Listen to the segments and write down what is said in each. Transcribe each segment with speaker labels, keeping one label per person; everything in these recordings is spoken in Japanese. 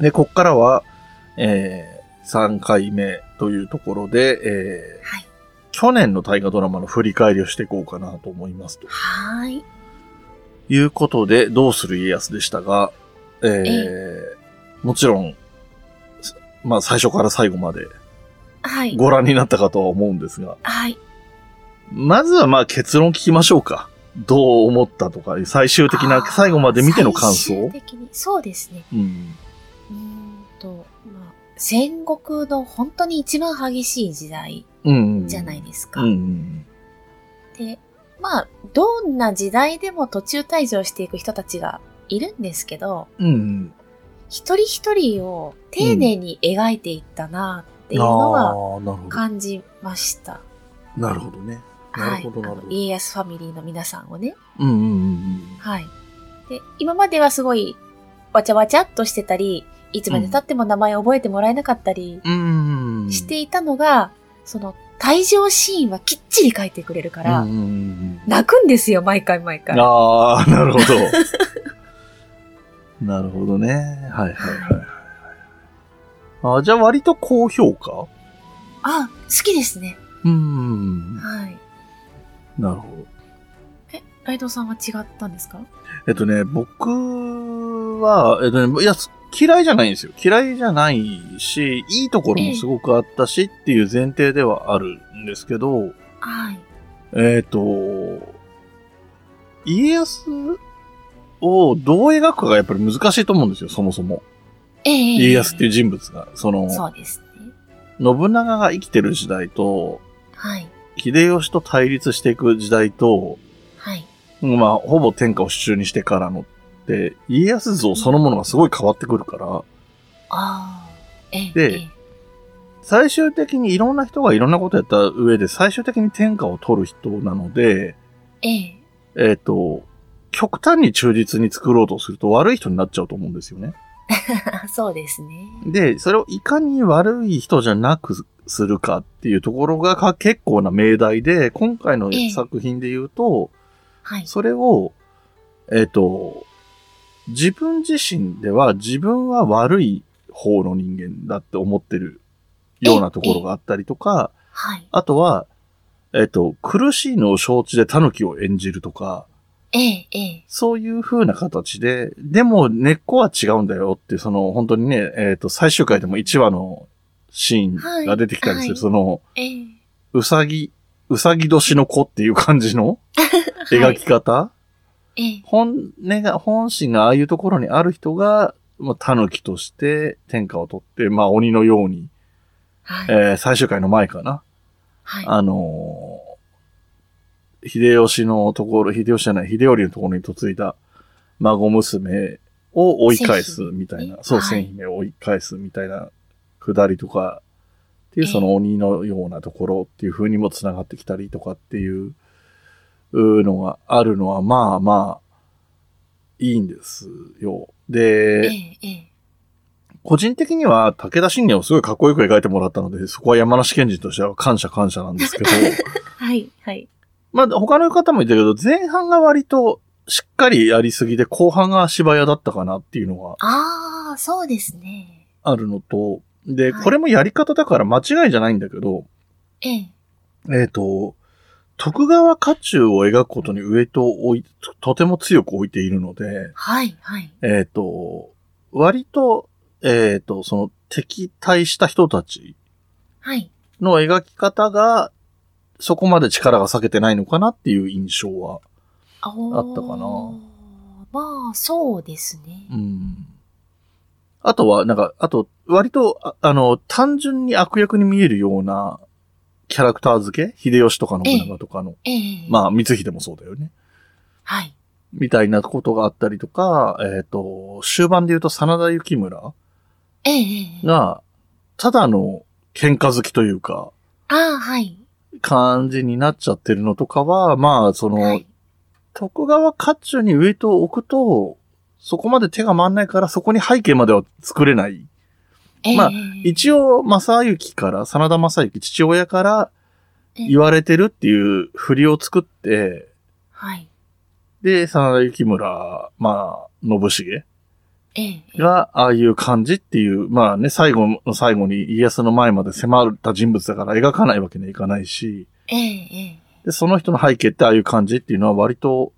Speaker 1: で、こっからは、えー、3回目というところで、えー
Speaker 2: はい
Speaker 1: 去年の大河ドラマの振り返りをしていこうかなと思います。と
Speaker 2: はーい。
Speaker 1: いうことで、どうする家康でしたが、えーもちろん、すまあ最初から最後まで
Speaker 2: はい。
Speaker 1: ご覧になったかとは思うんですが、
Speaker 2: はい。
Speaker 1: まずはまあ結論聞きましょうか。どう思ったとか、最終的
Speaker 2: あ
Speaker 1: な、
Speaker 2: ー
Speaker 1: 最後まで見ての感
Speaker 2: 最終
Speaker 1: 想
Speaker 2: 的にそうですね。
Speaker 1: うん。
Speaker 2: うーんと、まあ、戦国の本当に一番激しい時代
Speaker 1: うん。
Speaker 2: じゃないですか。
Speaker 1: うんうん
Speaker 2: で、まあ、どんな時代でも途中退場していく人たちがいるんですけど、
Speaker 1: うん。うん
Speaker 2: 一人一人を丁寧に描いていったなっていうの
Speaker 1: あ
Speaker 2: は
Speaker 1: ーなるほど。
Speaker 2: 感じました。
Speaker 1: なるほどね。なるほど、な
Speaker 2: はい。
Speaker 1: る
Speaker 2: あの
Speaker 1: ほど。
Speaker 2: 家康ファミリーの皆さんをね。
Speaker 1: うんうんうん
Speaker 2: はい。で、今まではすごい、わちゃわちゃっとしてたり、いつまで経っても名前を覚えてもらえなかったり
Speaker 1: うん。うん。
Speaker 2: していたのが、その、退場シーンはきっちり書いてくれるか、
Speaker 1: からうんうんうん
Speaker 2: 泣くんですよ、毎回毎
Speaker 1: う
Speaker 2: 回。
Speaker 1: ん。
Speaker 2: は
Speaker 1: ああ、なるほど。 なるほどね。はいはいはいはい。あじゃあ割と高評価
Speaker 2: あ、好きですね。
Speaker 1: うん。
Speaker 2: はい。
Speaker 1: なるほど。
Speaker 2: え、ライドさんは違ったんですか
Speaker 1: えっとね、僕は、えっとね、いや、嫌いじゃないんですよ。嫌いじゃないし、いいところもすごくあったしっていう前提ではあるんですけど、
Speaker 2: はい。
Speaker 1: えっ、と、家康をどう描くかがやっぱり難しいと思うんですよ、そもそも。
Speaker 2: ええ
Speaker 1: 家康っていう人物が。その、
Speaker 2: そうですね。
Speaker 1: 信長が生きてる時代と、
Speaker 2: はい。
Speaker 1: 秀吉と対立していく時代と、
Speaker 2: はい。
Speaker 1: まあ、ほぼ天下を手中にしてからのって、家康像そのものがすごい変わってくるから、
Speaker 2: ああ。ええ
Speaker 1: で
Speaker 2: ええ
Speaker 1: 最終的にいろんな人がいろんなことやった上で、最終的に天下を取る人なので、
Speaker 2: ええ
Speaker 1: えっ、と、極端に忠実に作ろうとすると悪い人になっちゃうと思うんですよね。
Speaker 2: そうですね。
Speaker 1: で、それをいかに悪い人じゃなくするかっていうところがか結構な命題で、今回の
Speaker 2: ええ
Speaker 1: 作品で言うと、
Speaker 2: はい。
Speaker 1: それを、えっ、と、自分自身では自分は悪い方の人間だって思ってるようなところがあったりとか、
Speaker 2: はい。
Speaker 1: あとは、えっ、と、苦しいのを承知で狸を演じるとか、
Speaker 2: ええええ
Speaker 1: そういう風な形で、でも根っこは違うんだよって、その本当にね、えっ、と、最終回でも1話のシーンが出てきたりする、
Speaker 2: はいはい
Speaker 1: その、
Speaker 2: ええ
Speaker 1: うさぎ、うさぎ年の子っていう感じ の描き方、
Speaker 2: ええ
Speaker 1: 本音が、本心がああいうところにある人が、まあ、狸として天下を取って、まあ、鬼のように、
Speaker 2: はい。
Speaker 1: えー最終回の前かな。
Speaker 2: はい。
Speaker 1: あのー秀吉のところ、秀吉じゃない、秀頼のところに嫁いだ孫娘を追い返すみたいな、
Speaker 2: ね
Speaker 1: そう、
Speaker 2: はい
Speaker 1: 千姫を追い返すみたいな下りとか、っていう
Speaker 2: ええ
Speaker 1: その鬼のようなところっていう風にも繋がってきたりとかっていううーのがあるのは、まあまあ、いいんですよ。
Speaker 2: え
Speaker 1: で、
Speaker 2: えええ
Speaker 1: 個人的には武田信玄をすごいかっこよく描いてもらったので、そこは山梨県人としては感謝感謝なんです けど、
Speaker 2: はい。はい。
Speaker 1: まあ、他の方も言ったけど、前半が割としっかりやりすぎで、後半が芝居だったかなっていうのが
Speaker 2: ああ、そうですね。
Speaker 1: あるのと、で、
Speaker 2: はい
Speaker 1: これもやり方だから間違いじゃないんだけど、
Speaker 2: ええ
Speaker 1: えっ、と、徳川家中を描くことにウエイトを置い、とても強く置いているので、
Speaker 2: はい。はい。
Speaker 1: えっ、と、割と、えっ、と、その敵対した人たち
Speaker 2: はい。
Speaker 1: の描き方が、そこまで力が避けてないのかなっていう印象は、
Speaker 2: あ
Speaker 1: あったかな
Speaker 2: まあ、そうですね。
Speaker 1: うんあとは、なんか、あと、割と、ああの、単純に悪役に見えるようなキャラクター付け秀吉とか信長とかの、
Speaker 2: ええ
Speaker 1: まあ、光秀もそうだよね。
Speaker 2: はい。
Speaker 1: みたいなことがあったりとか、えっ、と、終盤で言うと、真田幸村
Speaker 2: ええええ
Speaker 1: が、ただの喧嘩好きというか、
Speaker 2: ああ、はい。
Speaker 1: 感じになっちゃってるのとかは、まあ、その、
Speaker 2: はい。
Speaker 1: 徳川家中にウエイトを置くと、そこまで手が回んないから、そこに背景までは作れない
Speaker 2: ええ
Speaker 1: まあ
Speaker 2: ええ
Speaker 1: 一応、正幸から、真田正幸、父親から
Speaker 2: ええ
Speaker 1: 言われてるっていう振りを作って、
Speaker 2: はい。
Speaker 1: で、真田幸村、まあ、信繁
Speaker 2: ええ。
Speaker 1: が、ああいう感じっていう、まあね、最後の最後に家康の前まで迫った人物だから描かないわけにはいかないし、
Speaker 2: ええ。
Speaker 1: で、その人の背景ってああいう感じっていうのは割と、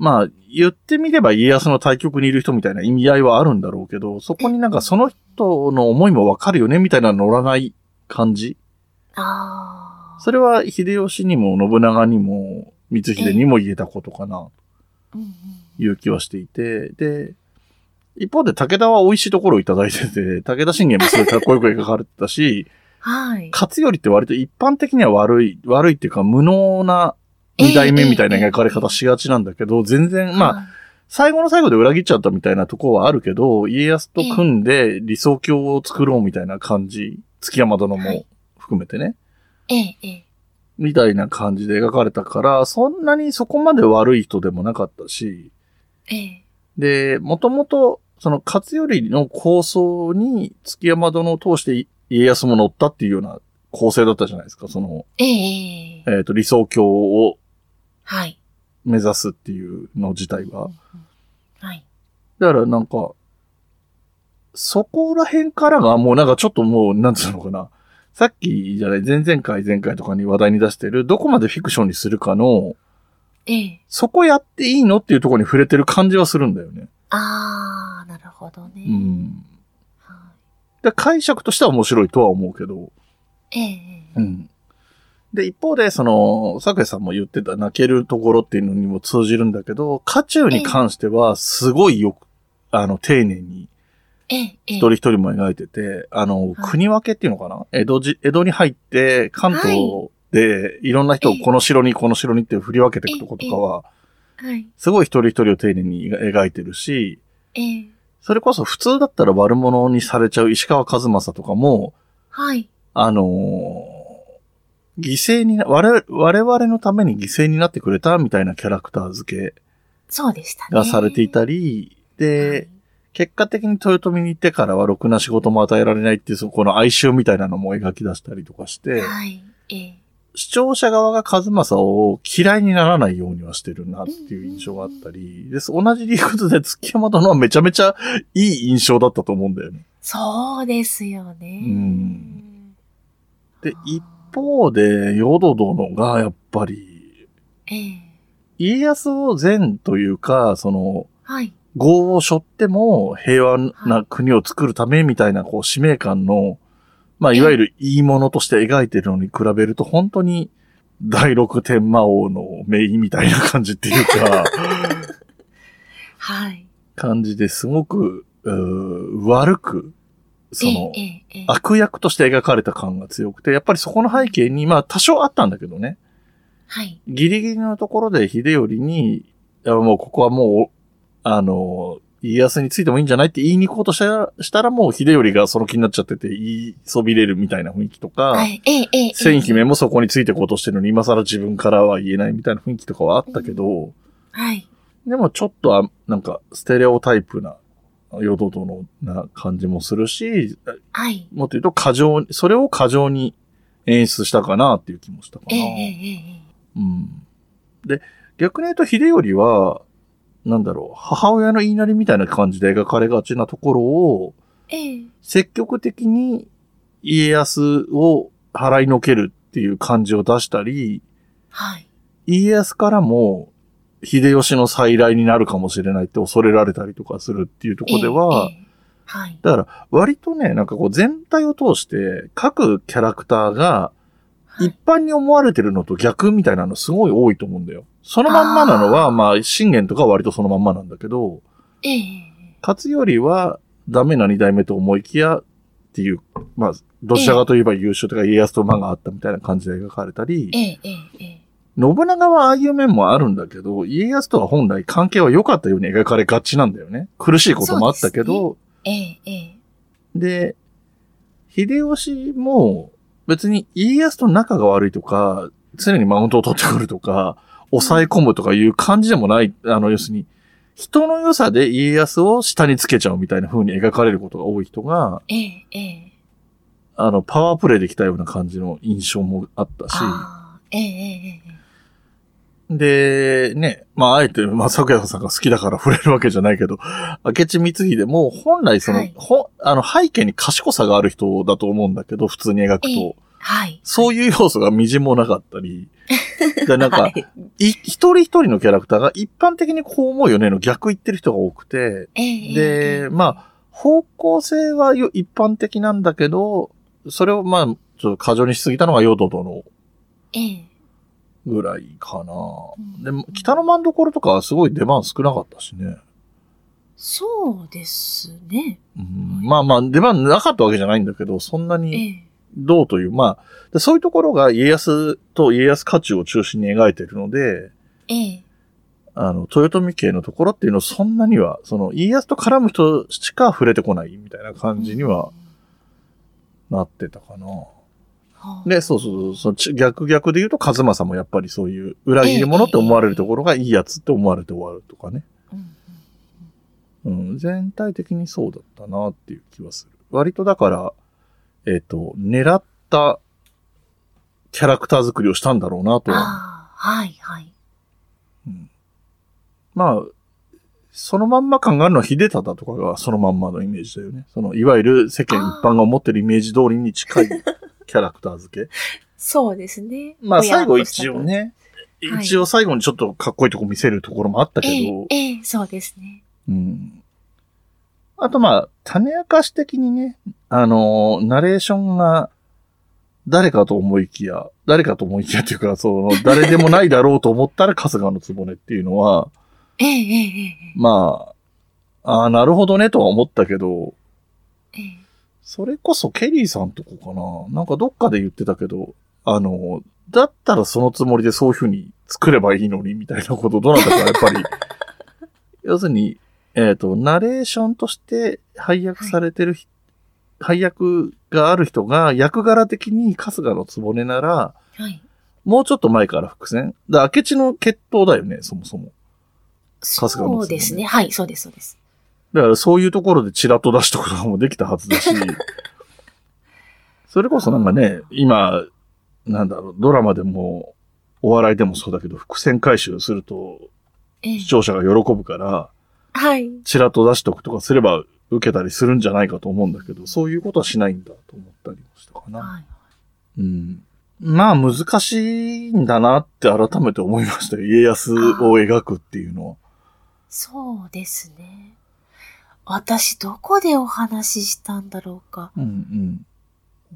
Speaker 1: まあ、言ってみれば家康の対局にいる人みたいな意味合いはあるんだろうけど、そこになんかその人の思いもわかるよねみたいな乗らない感じ。
Speaker 2: ああ。
Speaker 1: それは秀吉にも信長にも光秀にも言えたことかな、
Speaker 2: うんうん。
Speaker 1: という気はしていて、で、一方で武田は美味しいところをいただいてて、 武田信玄もすごいかっこよく描かれてたし、
Speaker 2: はい。
Speaker 1: 勝頼って割と一般的には悪い、悪いっていうか無能な二代目みたいな描かれ方しがちなんだけど、全然、まあ、
Speaker 2: あ、
Speaker 1: 最後の最後で裏切っちゃったみたいなとこはあるけど、家康と組んで理想郷を作ろうみたいな感じ、築山殿
Speaker 2: はい
Speaker 1: も含めてね、
Speaker 2: ええ、ええ。
Speaker 1: みたいな感じで描かれたから、そんなにそこまで悪い人でもなかったし、
Speaker 2: ええ。
Speaker 1: で、もともと、その勝頼の構想に築山殿を通して家康も乗ったっていうような構成だったじゃないですか、その、
Speaker 2: えええ
Speaker 1: え
Speaker 2: え。
Speaker 1: っ、と、理想郷を
Speaker 2: はい。
Speaker 1: 目指すっていうの自体が
Speaker 2: う。んうんはい。
Speaker 1: だからなんか、そこら辺からがもうなんかちょっともう、なんつうのかな。さっきじゃない、前々回前回とかに話題に出してる、どこまでフィクションにするかの、
Speaker 2: ええ。
Speaker 1: そこやっていいのっていうところに触れてる感じはするんだよね。
Speaker 2: ああ、なるほどね。
Speaker 1: うん。
Speaker 2: は
Speaker 1: で解釈としては面白いとは思うけど。
Speaker 2: い。ええええ。
Speaker 1: ん。で、一方で、その、桜井さんも言ってた泣けるところっていうのにも通じるんだけど、家中に関しては、すごいよく、あの、丁寧に
Speaker 2: ええええ。
Speaker 1: 一人一人も描いてて、あの、
Speaker 2: はい
Speaker 1: 国分けっていうのかな江戸じ、江戸に入って、関東
Speaker 2: は
Speaker 1: で、いろんな人をこの城に、この城にって振り分けていくとことかは、
Speaker 2: はい。
Speaker 1: すごい一人一人を丁寧に描いてるし、
Speaker 2: ええ。
Speaker 1: それこそ普通だったら悪者にされちゃう石川和正とかも、
Speaker 2: はい。
Speaker 1: あのー犠牲にな、我々我々のために犠牲になってくれたみたいなキャラクター付け
Speaker 2: そうでしたね。
Speaker 1: がされていたり、で、結果的に豊臣に行ってからはろくな仕事も与えられないっていう、そこの哀愁みたいなのも描き出したりとかして、
Speaker 2: はい。ええ。
Speaker 1: 視聴者側が和正を嫌いにならないようにはしてるなっていう印象があったり、です。同じ理屈で月山殿はめちゃめちゃいい印象だったと思うんだよね。
Speaker 2: そうですよね。
Speaker 1: うんで
Speaker 2: あー
Speaker 1: 一一、方で、淀殿がやっぱり、
Speaker 2: ええ。
Speaker 1: 家康を善というか、その、
Speaker 2: はい。
Speaker 1: 業を背負っても平和な国を作るためみたいなこう使命感の、まあいわゆるいいものとして描いてるのに比べると本当に第六天魔王の名医みたいな感じっていう か、
Speaker 2: はい。
Speaker 1: 感じですごく、うー悪く、その
Speaker 2: え、え、ええ。
Speaker 1: 悪役として描かれた感が強くて、やっぱりそこの背景に、まあ多少あったんだけどね、
Speaker 2: はい。
Speaker 1: ギリギリのところで秀頼に、いやもうここはもう、あの、家康についてもいいんじゃないって言いに行こうとしたら、したらもう秀頼がその気になっちゃってて言いそびれるみたいな雰囲気とか、
Speaker 2: はい。ええ、ええ。
Speaker 1: 千姫もそこについてこうとしてるのに今更自分からは言えないみたいな雰囲気とかはあったけど、
Speaker 2: はい。
Speaker 1: でもちょっとあ、なんかステレオタイプな、淀殿な感じもするし、
Speaker 2: はい。
Speaker 1: もっと言うと過剰に、それを過剰に演出したかなっていう気もしたか
Speaker 2: え
Speaker 1: な。
Speaker 2: え、ええ、ええ。
Speaker 1: うん。で、逆に言うと、秀頼は、なんだろう、母親の言いなりみたいな感じで描かれがちなところを、
Speaker 2: ええ。
Speaker 1: 積極的に家康を払いのけるっていう感じを出したり、
Speaker 2: はい。
Speaker 1: 家康からも、秀吉の再来になるかもしれないって恐れられたりとかするっていうところでは、
Speaker 2: ええ、ええはい。
Speaker 1: だから割とね、なんかこう全体を通して各キャラクターが
Speaker 2: は
Speaker 1: 一
Speaker 2: い。
Speaker 1: 般に思われてるのと逆みたいなのすごい多いと思うんだよ。そのまんまなのは、まあ、信玄とかは割とそのまんまなんだけど、
Speaker 2: ええ、え
Speaker 1: 勝頼はダメな二代目と思いきやっていう、まあ、どちらかといえば優秀とか家康と馬があったみたいな感じで描かれたり、
Speaker 2: え、ええ、ええ。
Speaker 1: 信長はああいう面もあるんだけど、家康とは本来関係は良かったように描かれがちなんだよね。苦しいこともあったけど、
Speaker 2: ええ、ええ。
Speaker 1: で、秀吉も別に家康と仲が悪いとか、常にマウントを取ってくるとか、抑え込むとかいう感じでもない、あの、要するに、人の良さで家康を下につけちゃうみたいな風に描かれることが多い人が、
Speaker 2: ええ、ええ。
Speaker 1: あの、パワープレイできたような感じの印象もあったし、
Speaker 2: ああ、ええ、ええ、ええ。
Speaker 1: で、ね、まあ、あえて、まあ、桜井さんが好きだから触れるわけじゃないけど、明智光秀も本来その、
Speaker 2: はい
Speaker 1: ほんあの、背景に賢さがある人だと思うんだけど、普通に描くと。
Speaker 2: ええはい。
Speaker 1: そういう要素がみじんもなかったり、でなんか、、
Speaker 2: はいい、
Speaker 1: 一人一人のキャラクターが一般的にこう思うよねの逆言ってる人が多くて、
Speaker 2: ええ
Speaker 1: で、まあ、方向性はよ一般的なんだけど、それをまあ、ちょっと過剰にしすぎたのがヨドドの
Speaker 2: ええええ
Speaker 1: ぐらいかな。で
Speaker 2: うん、
Speaker 1: 北の真ん所とかはすごい出番少なかったしね。
Speaker 2: そうですね。
Speaker 1: うん、まあまあ、出番なかったわけじゃないんだけど、そんな
Speaker 2: え
Speaker 1: に
Speaker 2: え
Speaker 1: どうという、まあで、そういうところが家康と家康家中を中心に描いているので、
Speaker 2: ええ
Speaker 1: あの、豊臣家のところっていうのをそんなには、その、家康と絡む人しか触れてこないみたいな感じにはなってたかな。
Speaker 2: はあ
Speaker 1: で、そうそうそう、そのち逆逆で言うと、和正もやっぱりそういう裏切り者って思われるところがいいやつって思われて終わるとかね。
Speaker 2: うんうん
Speaker 1: うん、全体的にそうだったなっていう気はする。割とだから、えっ、と、狙ったキャラクター作りをしたんだろうなとは
Speaker 2: ああ、はい、はい。
Speaker 1: まあ、そのまんま感があるのは秀忠とかがそのまんまのイメージだよね。その、いわゆる世間一般が思ってるイメージ通りに 近いキャラクター付け。
Speaker 2: そうですね。
Speaker 1: まあ
Speaker 2: ぼや
Speaker 1: 最
Speaker 2: っと
Speaker 1: 後
Speaker 2: した
Speaker 1: 一応。ね、
Speaker 2: はい
Speaker 1: 一応最後にちょっとかっこいいとこ見せるところもあったけ
Speaker 2: ええ
Speaker 1: ど、
Speaker 2: ええそうですね。
Speaker 1: うん。あとまあ、種明かし的にね、あのーナレーションが、誰かと思いきや、誰かと思いきやっていうか、その、誰でもないだろうと思ったら春日のつぼねっていうのは、
Speaker 2: えええええ
Speaker 1: まあ、ああ、なるほどねとは思ったけど、
Speaker 2: えええ
Speaker 1: それこそケリーさんとこかな。なんかどっかで言ってたけど、あの、だったらそのつもりでそういう風に作ればいいのにみたいなこと、どなたかやっぱり、要するに、えっ、と、ナレーションとして配役されてる人、配役がある人が役柄的に春日のつぼねなら、
Speaker 2: はい。
Speaker 1: もうちょっと前から伏線。だ明智の決闘だよね、そもそも。
Speaker 2: そ
Speaker 1: 春日の角ね
Speaker 2: うですね。はい、そうです、そうです。
Speaker 1: だからそういうところでチラッと出しとくとかもできたはず だし、それこそなんかね、今、なんだろう、ドラマでも、お笑いでもそうだけど、伏線回収すると
Speaker 2: ええ
Speaker 1: 視聴者が喜ぶから、
Speaker 2: はい。
Speaker 1: チラッと出しとくとかすれば受けたりするんじゃないかと思うんだけど、そういうことはしないんだと思ったりもしたかな。
Speaker 2: はい。
Speaker 1: うん。まあ難しいんだなって改めて思いましたよ。家康を描くっていうのは。
Speaker 2: そうですね。私、どこでお話ししたんだろうか。
Speaker 1: うんうん。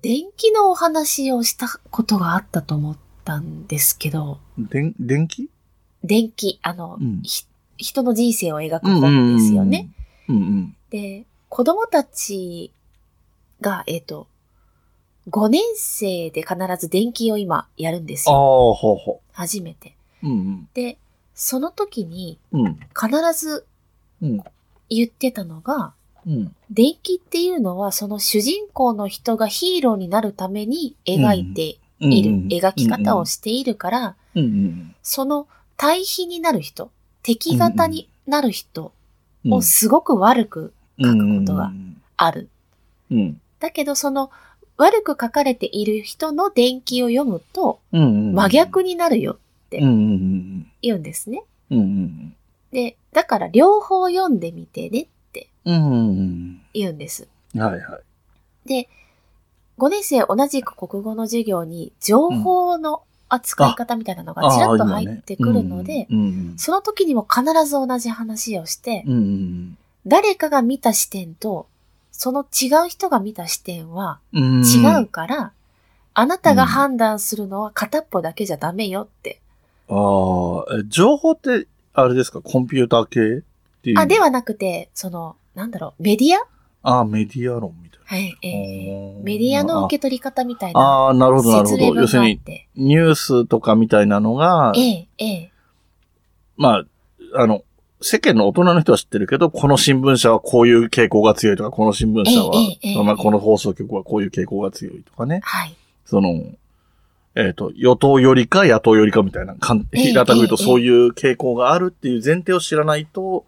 Speaker 2: 電気のお話をしたことがあったと思ったんですけど、
Speaker 1: でん電気
Speaker 2: 電気、あの、
Speaker 1: うん
Speaker 2: ひ人の人生を描く本ですよね。。
Speaker 1: うんうん。
Speaker 2: で、子供たちが、えっ、と、5年生で必ず電気を今やるんです
Speaker 1: ああ、
Speaker 2: よ。
Speaker 1: ほうほ
Speaker 2: 初めて。
Speaker 1: う。うん
Speaker 2: で、その時に
Speaker 1: うん。うん。
Speaker 2: 必ず
Speaker 1: うん。
Speaker 2: 言ってたのが、
Speaker 1: うん。
Speaker 2: 電気っていうのはその主人公の人がヒーローになるために描いている、描き方をしているから、
Speaker 1: うんうん
Speaker 2: その対比になる人、敵型になる人
Speaker 1: うん。
Speaker 2: をすごく悪く
Speaker 1: 書
Speaker 2: くことがある。
Speaker 1: うん。
Speaker 2: だけどその悪く書かれている人の伝記を読むと
Speaker 1: うんうん。
Speaker 2: 真逆になるよ、
Speaker 1: うんうん
Speaker 2: 言うんですね。
Speaker 1: うん。うんうん
Speaker 2: で、だから両方読んでみてねって
Speaker 1: うん。うん
Speaker 2: 言うんです。
Speaker 1: うん。はいはい。
Speaker 2: で、5年生同じく国語の授業に情報の扱い方みたいなのがちらっと入ってくるので、
Speaker 1: うん
Speaker 2: その時にも必ず同じ話をして、
Speaker 1: うん。うん
Speaker 2: 誰かが見た視点と、その違う人が見た視点は
Speaker 1: うん。
Speaker 2: 違う。から、あなたが判断するのは片っぽだけじゃダメよって。
Speaker 1: ああ、え情報って、あれですか、コンピューター系っていう。
Speaker 2: あ、ではなくて、その、なんだろう、メディア
Speaker 1: ああ、メディア論みたいな。
Speaker 2: はい、えー
Speaker 1: あー
Speaker 2: メディアの受け取り方みたいな
Speaker 1: ああ、なるほど、なる
Speaker 2: 説
Speaker 1: ほど。要
Speaker 2: 明文
Speaker 1: す
Speaker 2: が
Speaker 1: る
Speaker 2: あっ
Speaker 1: に、
Speaker 2: て。
Speaker 1: ニュースとかみたいなのが、
Speaker 2: ええ、ええ、
Speaker 1: まあ、あの、世間の大人の人は知ってるけど、この新聞社はこういう傾向が強いとか、この新聞社は、
Speaker 2: ええええ
Speaker 1: まあ、この放送局はこういう傾向が強いとかね。
Speaker 2: はい。
Speaker 1: その、えっ、と、与党よりか野党よりかみたいな、かん
Speaker 2: ええ
Speaker 1: 平たく言うと
Speaker 2: ええ
Speaker 1: そういう傾向があるっていう前提を知らないと、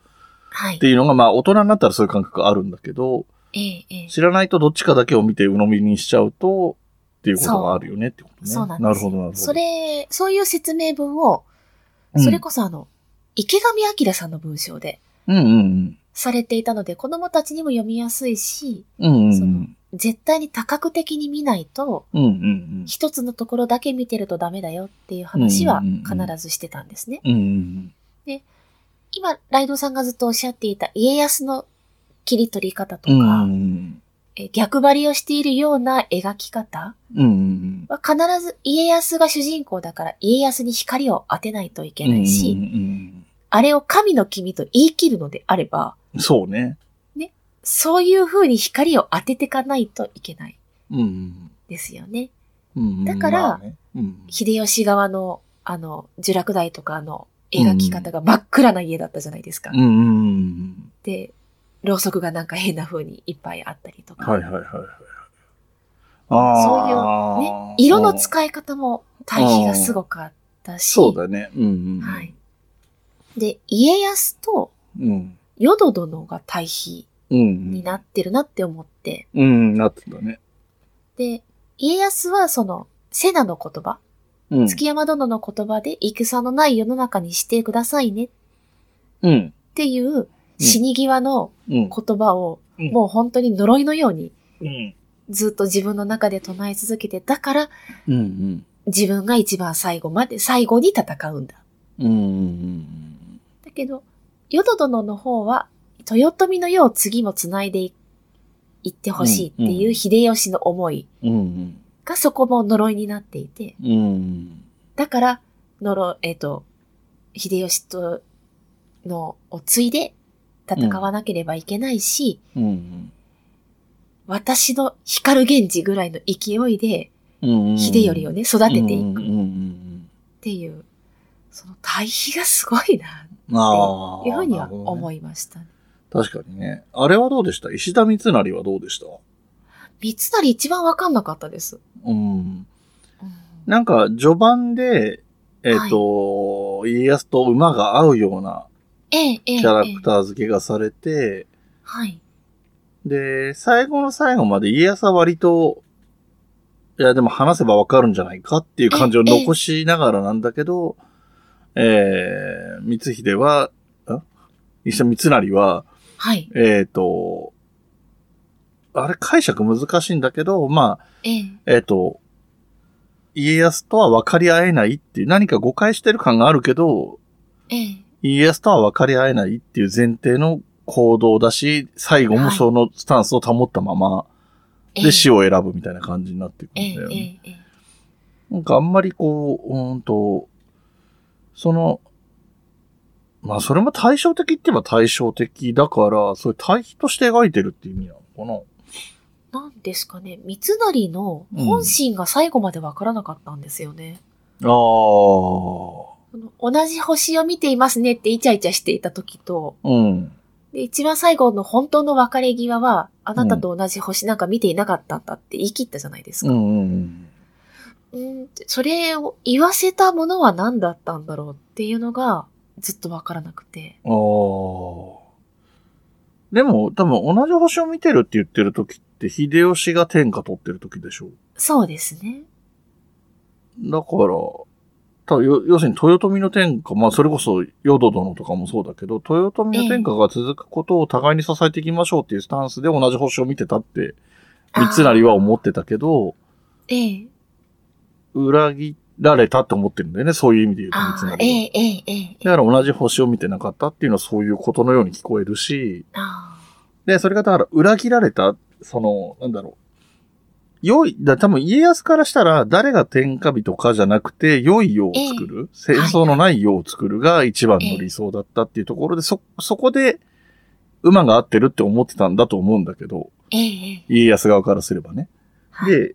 Speaker 2: は
Speaker 1: っ
Speaker 2: い
Speaker 1: て。いうのが、まあ、大人になったらそういう感覚があるんだけど、
Speaker 2: ええ、ええ。
Speaker 1: 知らないとどっちかだけを見て鵜呑みにしちゃうと、っていうことがあるよねってことね。
Speaker 2: そうなんです
Speaker 1: なるほ
Speaker 2: よ
Speaker 1: ど、なるほど。
Speaker 2: それ、そういう説明文を、
Speaker 1: うん
Speaker 2: それこそあの、池上彰さんの文章で
Speaker 1: うんうん
Speaker 2: されていたので、子供たちにも読みやすいし、
Speaker 1: うん。うんうんう
Speaker 2: その
Speaker 1: ん。
Speaker 2: 絶対に多角的に見ないと、
Speaker 1: うんうん
Speaker 2: 一つのところだけ見てるとダメだよっていう話は必ずしてたんですね。
Speaker 1: うん。うんうん
Speaker 2: 今、ライドさんがずっとおっしゃっていた家康の切り取り方と
Speaker 1: う
Speaker 2: か、
Speaker 1: ん。うんうん
Speaker 2: え逆張りをしているような描き方
Speaker 1: うんうん。
Speaker 2: は必ず家康が主人公だから家康に光を当てないといけないし、
Speaker 1: うんうんうん
Speaker 2: あれを神の君と言い切るのであれば、
Speaker 1: うんそうね。
Speaker 2: そういう風に光を当てていかないといけない
Speaker 1: うんうん
Speaker 2: ですよね。
Speaker 1: うんうん。
Speaker 2: だから
Speaker 1: まあねうん
Speaker 2: 秀吉側の、あの、呪落台とかの描き方が真っ暗な家だったじゃないですか。
Speaker 1: うんうんうん。
Speaker 2: で、ろうそくがなんか変な風にいっぱいあったりとか。
Speaker 1: はいはいはいはい。ああ。
Speaker 2: ね、色の
Speaker 1: い
Speaker 2: 使い方も対比がすごかったし、
Speaker 1: そうだね。うんうん。
Speaker 2: はい。。で、家康と
Speaker 1: うん。
Speaker 2: 淀殿が対比
Speaker 1: うんうん。
Speaker 2: になってるなって思って、
Speaker 1: うん、なってたね。
Speaker 2: で、家康はその、瀬名の言葉、
Speaker 1: うん。
Speaker 2: 築山殿の言葉で戦のない世の中にしてくださいねっ
Speaker 1: うん。
Speaker 2: ていう死に際の
Speaker 1: うん。
Speaker 2: 言葉を、
Speaker 1: うん
Speaker 2: もう本当に呪いのように
Speaker 1: うん。
Speaker 2: ずっと自分の中で唱え続けて、だから
Speaker 1: うん。
Speaker 2: 自分が一番最後まで、最後に戦うんだ。
Speaker 1: うん。うん。
Speaker 2: だけど、ヨド殿の方は、豊臣の世を次も繋いでいいってほしいって
Speaker 1: うん
Speaker 2: いううん秀吉の思い
Speaker 1: うん。
Speaker 2: がそこも呪いになっていて、
Speaker 1: うん。
Speaker 2: だから、呪、えっ、と、秀吉とのを継いで戦わなければいけないし、
Speaker 1: うん。
Speaker 2: 私の光源氏ぐらいの勢いで、
Speaker 1: うん。
Speaker 2: 秀頼をね、育てていく
Speaker 1: うん
Speaker 2: っ
Speaker 1: うん。
Speaker 2: ていう、その対比がすごいな、
Speaker 1: ああ。
Speaker 2: いうふうには思いましたね。
Speaker 1: 確かにね。あれはどうでした石田三成はどうでした
Speaker 2: 三成一番わかんなかったです。
Speaker 1: うん。
Speaker 2: うん
Speaker 1: なんか、序盤で、えっと、家康と馬が合うような
Speaker 2: ええ、ええ。
Speaker 1: キャラクター付けがされて、
Speaker 2: はい。
Speaker 1: で、最後の最後まで家康は割と、いや、でも話せばわかるんじゃないかっていう感じを
Speaker 2: ええ
Speaker 1: 残しながらなんだけど、えー、光秀は、ん一緒に三成は、
Speaker 2: はい。
Speaker 1: えっ、と、あれ解釈難しいんだけど、まあ、
Speaker 2: ええ。
Speaker 1: えっ、と、家康とは分かり合えないっていう、何か誤解してる感があるけど、
Speaker 2: ええ。
Speaker 1: 家康とは分かり合えないっていう前提の行動だし、最後もそのスタンスを保ったまま、
Speaker 2: ええ
Speaker 1: で、死を選ぶみたいな感じになってく
Speaker 2: え
Speaker 1: る
Speaker 2: え
Speaker 1: んだよ、
Speaker 2: え
Speaker 1: ね。
Speaker 2: えええ。
Speaker 1: なんかあんまりこう、うーんと、その、まあそれも対照的って言えば対照的だから、それ対比として描いてるっていう意味なのか
Speaker 2: なんですかね。三成の本心が最後までわからなかったんですよね。
Speaker 1: なあ
Speaker 2: その同じ星を見ていますねってイチャイチャしていた時と、
Speaker 1: あ。うん。
Speaker 2: で一番最後の本当の別れ際は、あなたと同じ星なんか見ていなかったんだって言い切ったじゃないです
Speaker 1: う
Speaker 2: か。
Speaker 1: んうん
Speaker 2: うん、それを言わせたものは何だったんだろうっていうのが、ずっとわからなくて。
Speaker 1: うん。ああ。でも多分同じ星を見てるって言ってる時って、秀吉が天下取ってる時でしょ
Speaker 2: そうですね。
Speaker 1: だから、ただよ要するに豊臣の天下、まあそれこそ淀殿とかもそうだけど、豊臣の天下が続くことを互いに支えていきましょうっていうスタンスで同じ星を見てたって、三成は思ってたけど、
Speaker 2: ええ。
Speaker 1: 裏切られたって思ってるんだよね、そういう意味で言うと
Speaker 2: あ
Speaker 1: 三成
Speaker 2: あ
Speaker 1: は。、
Speaker 2: ええ、ええ、ええ。
Speaker 1: だから同じ星を見てなかったっていうのはそういうことのように聞こえるし、
Speaker 2: あ
Speaker 1: で、それがだから裏切られた、その、なんだろう。良い、だ多分家康からしたら誰が天下人かじゃなくて、良い世を作る、戦争のない世を作るが一番の理想だったっていうところで、そ、そこで馬が合ってるって思ってたんだと思うんだけど、
Speaker 2: あ、ええ、ええ。
Speaker 1: 家康側からすればね。
Speaker 2: はい
Speaker 1: で、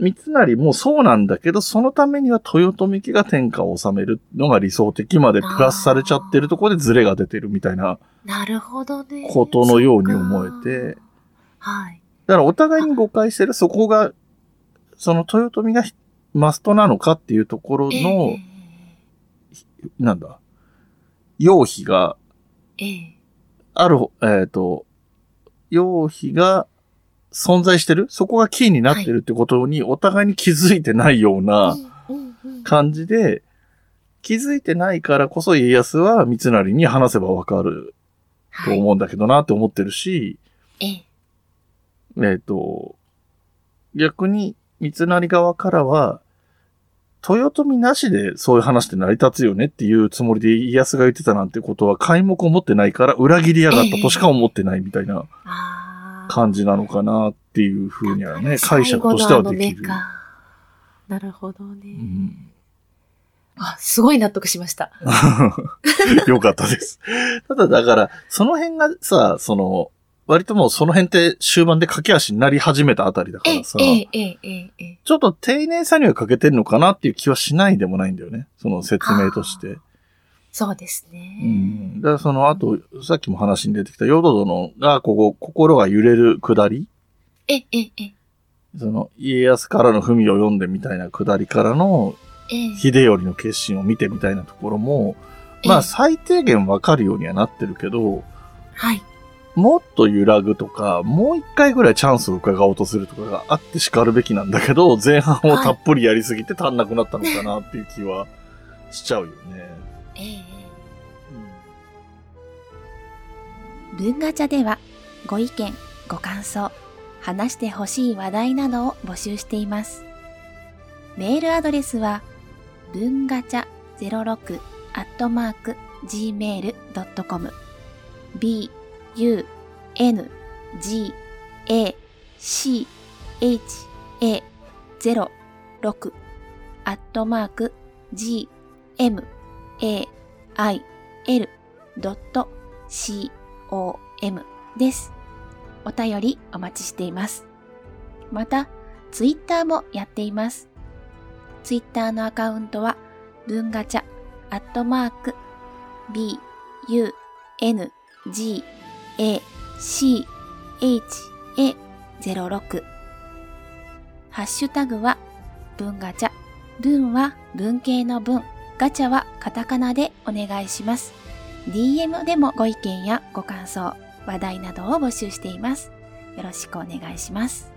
Speaker 1: 三成もそうなんだけど、そのためには豊臣家が天下を治めるのが理想的までプラスされちゃってるところでズレが出てるみたいな
Speaker 2: なるほどね。
Speaker 1: ことのように思えて
Speaker 2: そっか。はい。
Speaker 1: だからお互いに誤解してる、そこが、その豊臣がひマストなのかっていうところの、なんだ、用費が、
Speaker 2: ええ、ええ、
Speaker 1: ある、えっ、と、用費が存在してる、そこがキーになってるってことにお互いに気づいてないような
Speaker 2: うんうんうん
Speaker 1: 感じで、気づいてないからこそ家康は三成に話せばわかると
Speaker 3: はい。
Speaker 1: 思うんだけどなって思ってるし、
Speaker 3: ええ。
Speaker 1: えっ、と、逆に三成側からは、豊臣なしでそういう話って成り立つよねっていうつもりで家康が言ってたなんてことは皆目を持ってないから裏切りやがったとしか思ってないみたいな
Speaker 3: ああ。
Speaker 1: 感じなのかなっていうふうにはね、解釈として
Speaker 3: 最
Speaker 1: は
Speaker 3: 後のあ
Speaker 1: で
Speaker 3: の
Speaker 1: き
Speaker 3: 目
Speaker 1: る。
Speaker 3: か。なるほどね。
Speaker 1: うん
Speaker 3: あ、すごい納得し ました。
Speaker 1: よかったです。ただだから、その辺がさ、その、割ともうその辺って終盤で駆け足になり始めたあたりだか
Speaker 3: ええ
Speaker 1: らさ、、
Speaker 3: ええ、ええ、ええ。
Speaker 1: ちょっと丁寧さには欠けてるのかなっていう気はしないでもないんだよね。その説明として。
Speaker 3: そうですね。
Speaker 1: うん。だからその、あと、さっきも話に出てきたヨド殿が、ここ、心が揺れる下り
Speaker 3: ええ、ええ、ええ。
Speaker 1: その、家康からの文を読んでみたいな下りからの、
Speaker 3: ええ
Speaker 1: 秀頼の決心を見てみたいなところも、まあ、
Speaker 3: え
Speaker 1: 最低限わかるようにはなってるけど、
Speaker 3: えはい。
Speaker 1: もっと揺らぐとか、もう一回ぐらいチャンスを伺おうとするとかがあって叱るべきなんだけど、前半をたっぷりやりすぎて足んなくなったのかなっていう気はしちゃうよね。
Speaker 3: ええ、ええ。文ガチャではご意見、ご感想、話してほしい話題などを募集しています。メールアドレスは文ガチャ06アットマーク gmail.com b u n g a c h a 06アットマーク g m a i l c OM です。お便りお待ちしています。また、ツイッターもやっています。ツイッターのアカウントは、文ガチャ、アットマーク、b, u, n, g, a, c, h, a, 06。ハッシュタグは、文ガチャ。文は文系の文、ガチャはカタカナでお願いします。DM でもご意見やご感想、話題などを募集しています。よろしくお願いします。